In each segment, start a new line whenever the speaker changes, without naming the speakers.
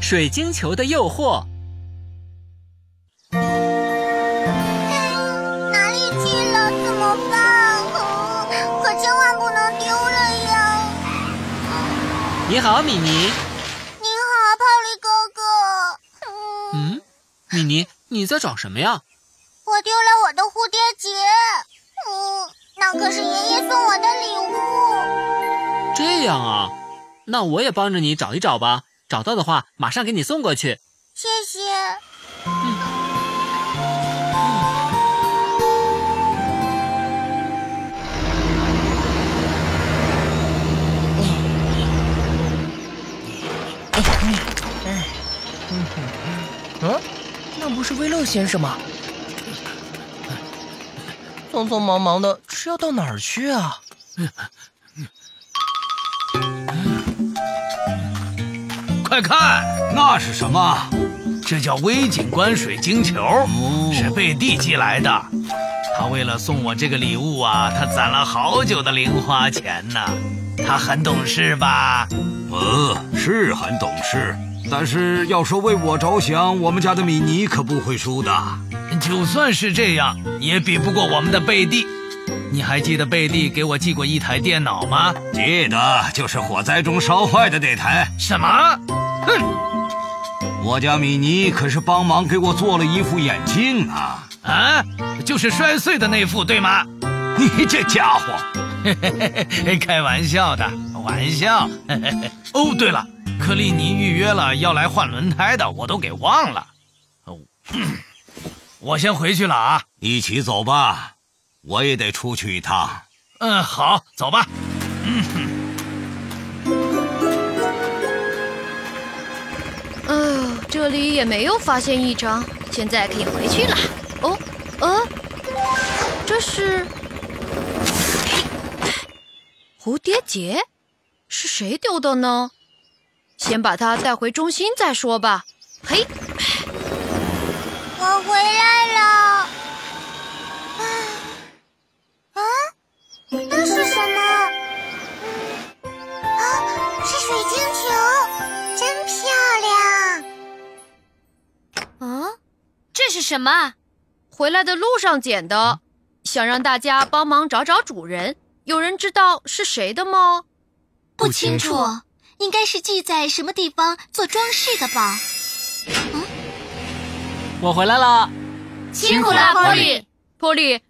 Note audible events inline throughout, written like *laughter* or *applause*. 水晶球的诱惑》。
哪里去了？怎么办？哦可千万不能丢了呀！
你好，米妮。
你好，泡利哥哥。嗯，
嗯，米妮，你在找什么呀？
我丢了我的蝴蝶结。嗯，那可是爷爷送我的礼物。
这样啊，那我也帮着你找一找吧。找到的话，马上给你送过去。
谢谢。
嗯，那不是威勒先生吗？匆匆忙忙的，是要到哪儿去啊？
快看，那是什么？这叫微景观水晶球，
哦
是贝蒂寄来的。他为了送我这个礼物啊，他攒了好久的零花钱呢、他很懂事吧？
嗯，是很懂事，但是要说为我着想，我们家的米妮可不会输的。
就算是这样，也比不过我们的贝蒂。你还记得贝蒂给我寄过一台电脑吗？
记得就是火灾中烧坏的那台，
什么？
我家米妮可是帮忙给我做了一副眼镜啊！
啊，就是摔碎的那副，对吗？ *laughs*
你这家伙，
开玩笑的，玩笑。 *laughs* 哦，对了，克利尼预约了要来换轮胎的，我都给忘了。哦， *coughs* 我先回去了啊。
一起走吧，我也得出去一趟。
嗯，好，走吧。
哦，这里也没有发现异常，现在可以回去了。哦，呃，这是蝴蝶结，是谁丢的呢？先把它带回中心再说吧。嘿，
我回来了。啊啊！那是什么？啊，是水晶球，真漂亮。
啊，这是什么？回来的路上捡的，想让大家帮忙找找主人。有人知道是谁的吗？
不清楚，应该是寄在什么地方做装饰的吧？
我回来了。
辛苦啦，波利。波利，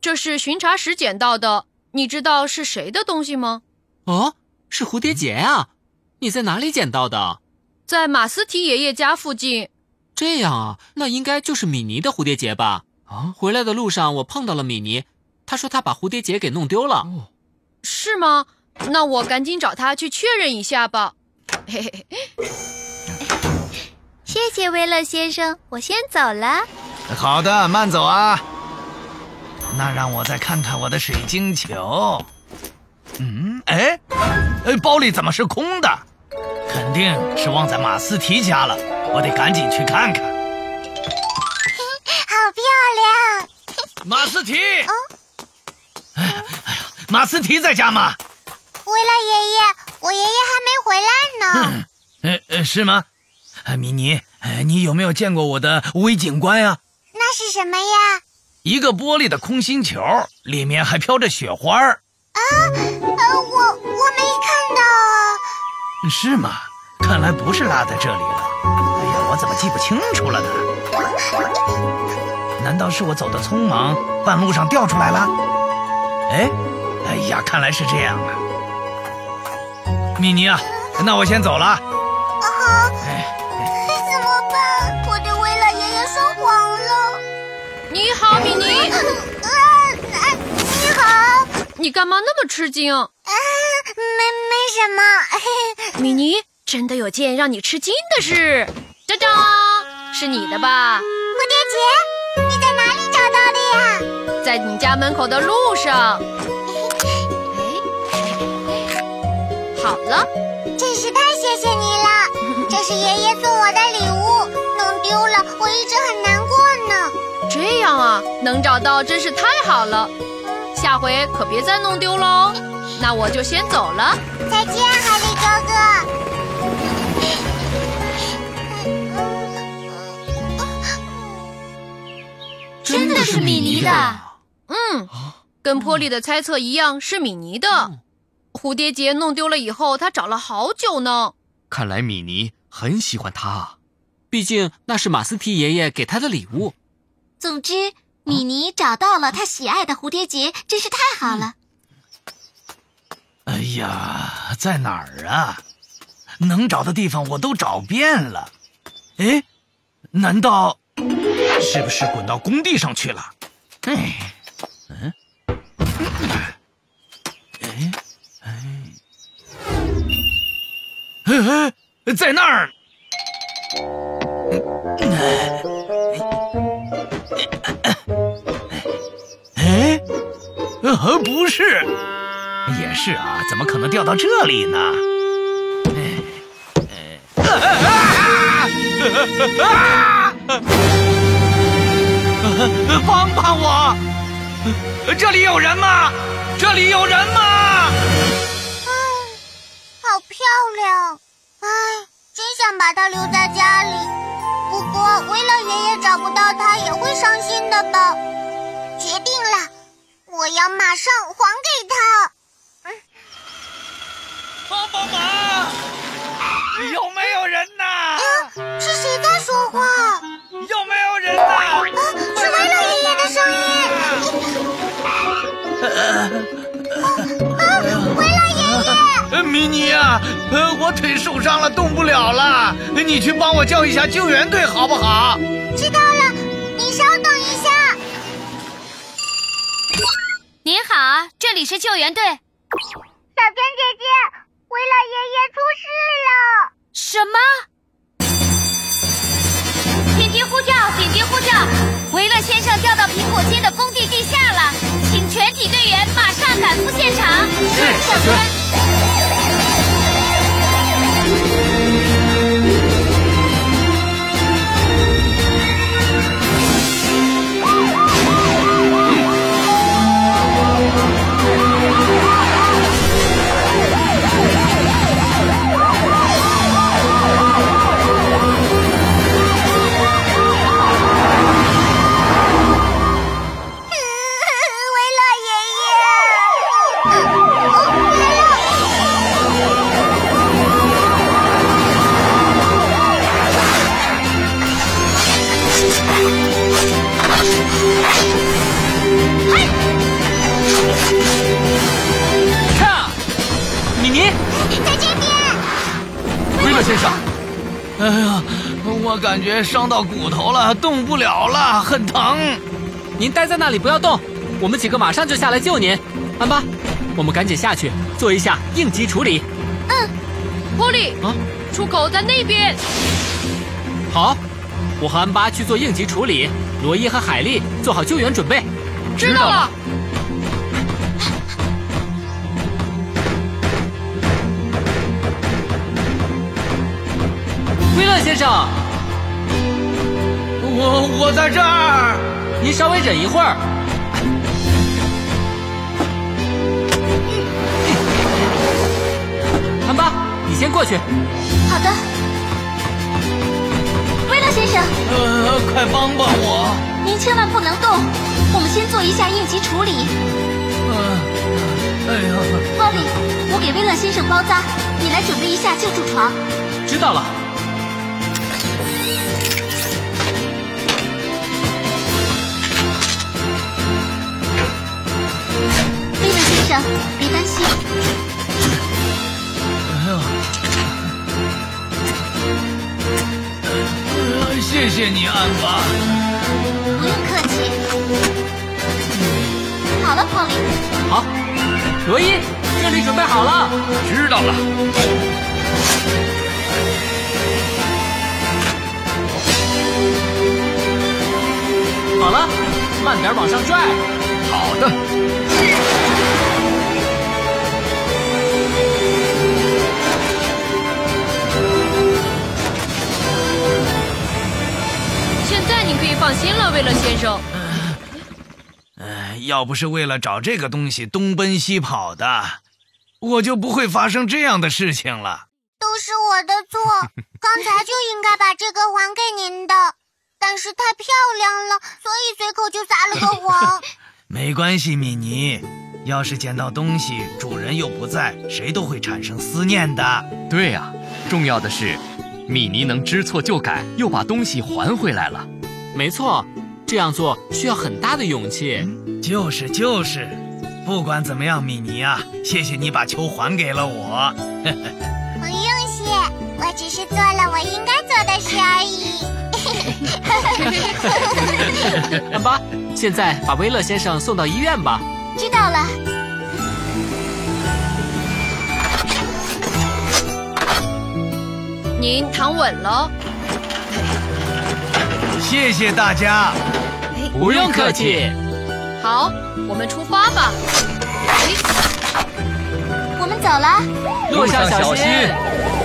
这是巡查时捡到的，你知道是谁的东西吗？
哦，是蝴蝶结啊！你在哪里捡到的？
在马斯提爷爷家附近。
这样啊，那应该就是米妮的蝴蝶结吧？啊，回来的路上我碰到了米妮，她说她把蝴蝶结给弄丢了。
是吗？那我赶紧找他去确认一下吧。嘿嘿嘿，
谢谢威勒先生，我先走了。
好的，慢走啊。那让我再看看我的水晶球。嗯，哎，哎，包里怎么是空的？肯定是忘在马斯提家了，我得赶紧去看看。
好漂亮！
马斯提，哎呀，哎呀，马斯提在家吗？
威勒爷爷，我爷爷还没回来 *laughs* 呢。
呃呃，是吗？哎，米妮，哎，你有没有见过我的微景观呀、
那是什么呀？
一个玻璃的空心球，里面还飘着雪花儿，
呃，我我没看到啊。
是吗？看来不是落在这里了。哎呀，我怎么记不清楚了呢？难道是我走的匆忙，半路上掉出来了？哎，哎呀，看来是这样啊。米妮啊，那我先走了。哎，
啊怎么办？我对威勒爷爷说谎了。 *laughs*
你好，米妮，
啊啊！你好，呃
你干嘛那么吃惊？
没没什么。嘿嘿
米妮，真的有件让你吃惊的事，喳喳，是你的吧？
蝴蝶结，你在哪里找到的呀？
在你家门口的路上。哎，好了，
真是太谢谢你 *laughs* 了，这是爷爷送我的礼物，弄丢了，我一直很难过呢。
这样啊，能找到真是太好了。下回可别再弄丢喽。那我就先走了。
再见，哈利哥哥。
真
的是米妮的
嗯，跟波利的猜测一样，是米妮的
嗯。
蝴蝶结弄丢了以后，他找了好久呢。
看来米妮很喜欢他啊。
毕竟那是马斯提爷爷给他的礼物。
总之，米妮找到了她喜爱的蝴蝶结，真是太好了。
哎呀，在哪儿啊？能找的地方我都找遍了。哎，难道是不是滚到工地上去了？哎，嗯，哎，哎，哎，在那儿。哎，呃，不是。也是啊，怎么可能掉到这里呢？帮帮我！这里有人吗？这里有人吗？
好漂亮！唉，真想把它留在家里。不过维勒爷爷找不到它也会伤心的吧？决定了，我要马上还给他。
帮帮忙！有没有人呐？
啊，是谁在说话？啊，
有没有人呐？
是维勒爷爷的声音。
呃米妮啊，呃，我腿受伤了，动不了了，你去帮我叫一下救援队好不好？
知道了，你稍等一下。
您好，这里是救援队。
小娟姐姐，维勒爷爷出事了。 *laughs*
什么？紧急呼叫！紧急呼叫！维勒先生掉到苹果街的工地地下了，请全体队员马上赶赴现场。是，
哎
小
哎
娟。
维勒爷爷，
看，米妮，
在这边。
威勒先生，
哎呀，我感觉伤到骨头了，动不了了，很疼。
您待在那里不要动，我们几个马上就下来救您。安巴，我们赶紧下去做一下应急处理。
波利，
啊
出口在那边。
好，我和安巴去做应急处理，罗伊和海莉做好救援准备。
知道了。
威勒先生，
我我在这儿。
您稍微忍一会儿。安巴，你先过去。
好的，威勒先生，
呃，快帮帮我！
您千万不能动，我们先做一下应急处理。
呃，哎呀，
波利，我给威勒先生包扎，你来准备一下救助床。
知道了。
威勒先生，别担心，
哎呀，呃谢谢你，安巴。
不用客气。好了，波利，
好，罗伊，这里准备好了。
知道了。
好了，慢点往上拽。
好的。
现在您可以放心了，威勒先生。
哎要不是为了找这个东西东奔西跑的，我就不会发生这样的事情了。
*laughs* 都是我的错，刚才就应该把这个还给您的。但是太漂亮了，所以随口就撒了个谎。
没关系，米妮。要是捡到东西，主人又不在，谁都会产生思念的。
对呀、重要的是，米妮能知错就改，又把东西还回来了。
没错，这样做需要很大的勇 *laughs* 气。
就是就是，不管怎么样，米妮啊，谢谢你把球还给了我。
不用谢，我只是做了我应该做的事而已。
安巴，现在把威勒先生送到医院吧。
知道了。
您躺稳了。
谢谢大家。
不用客气。
好，我们出发吧。哎
我们走了，
路
上
上
小
小
心
心。
哦